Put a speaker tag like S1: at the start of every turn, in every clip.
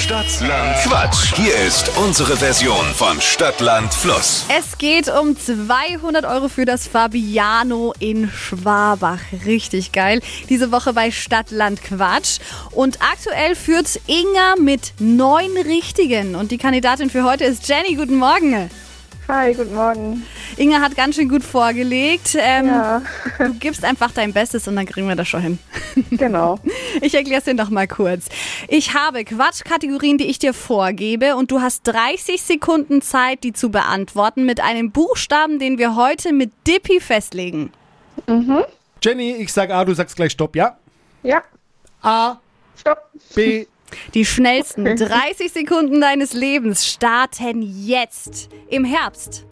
S1: Stadtland Quatsch. Hier ist unsere Version von Stadtland Fluss.
S2: Es geht um 200 Euro für das Fabiano in Schwabach. Richtig geil. Diese Woche bei Stadtland Quatsch. Und aktuell führt Inga mit neun Richtigen. Und die Kandidatin für heute ist Jenny. Guten Morgen.
S3: Hi, guten Morgen.
S2: Inga hat ganz schön gut vorgelegt. Ähm,
S3: Ja.
S2: Du gibst einfach dein Bestes und dann kriegen wir das schon hin.
S3: Genau.
S2: Ich erkläre es dir noch mal kurz. Ich habe Quatschkategorien, die ich dir vorgebe und du hast 30 Sekunden Zeit, die zu beantworten mit einem Buchstaben, den wir heute mit Dippy festlegen.
S4: Jenny, ich sag A, du sagst gleich Stopp, ja?
S3: Ja,
S4: A,
S3: stopp.
S4: B.
S2: Die schnellsten 30 Sekunden deines Lebens starten jetzt. Im Herbst,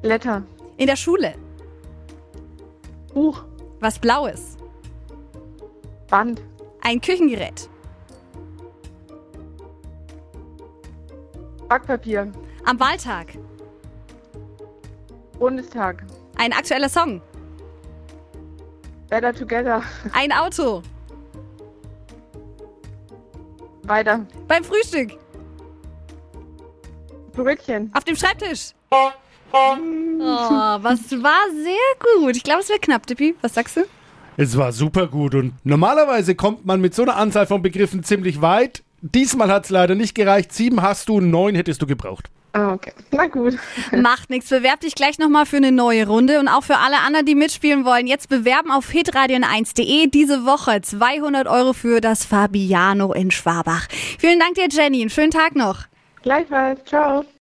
S3: Blätter.
S2: in der Schule,
S3: Buch.
S2: was Blaues,
S3: Band.
S2: ein Küchengerät,
S3: Backpapier.
S2: am Wahltag,
S3: Bundestag.
S2: ein aktueller Song,
S3: Better Together.
S2: ein Auto,
S3: Weiter.
S2: beim Frühstück,
S3: Brötchen.
S2: auf dem Schreibtisch. Oh, was war sehr gut. Ich glaube, es wird knapp, Dippy. Was sagst du?
S4: Es war super gut und normalerweise kommt man mit so einer Anzahl von Begriffen ziemlich weit. Diesmal hat's leider nicht gereicht. Sieben hast du, neun hättest du gebraucht.
S3: Ah, okay. Na gut.
S2: Macht nichts. Bewerb dich gleich nochmal für eine neue Runde und auch für alle anderen, die mitspielen wollen. Jetzt bewerben auf hitradion1.de diese Woche 200 Euro für das Fabiano in Schwabach. Vielen Dank dir, Jenny. Einen schönen Tag noch.
S3: Gleichfalls. Ciao.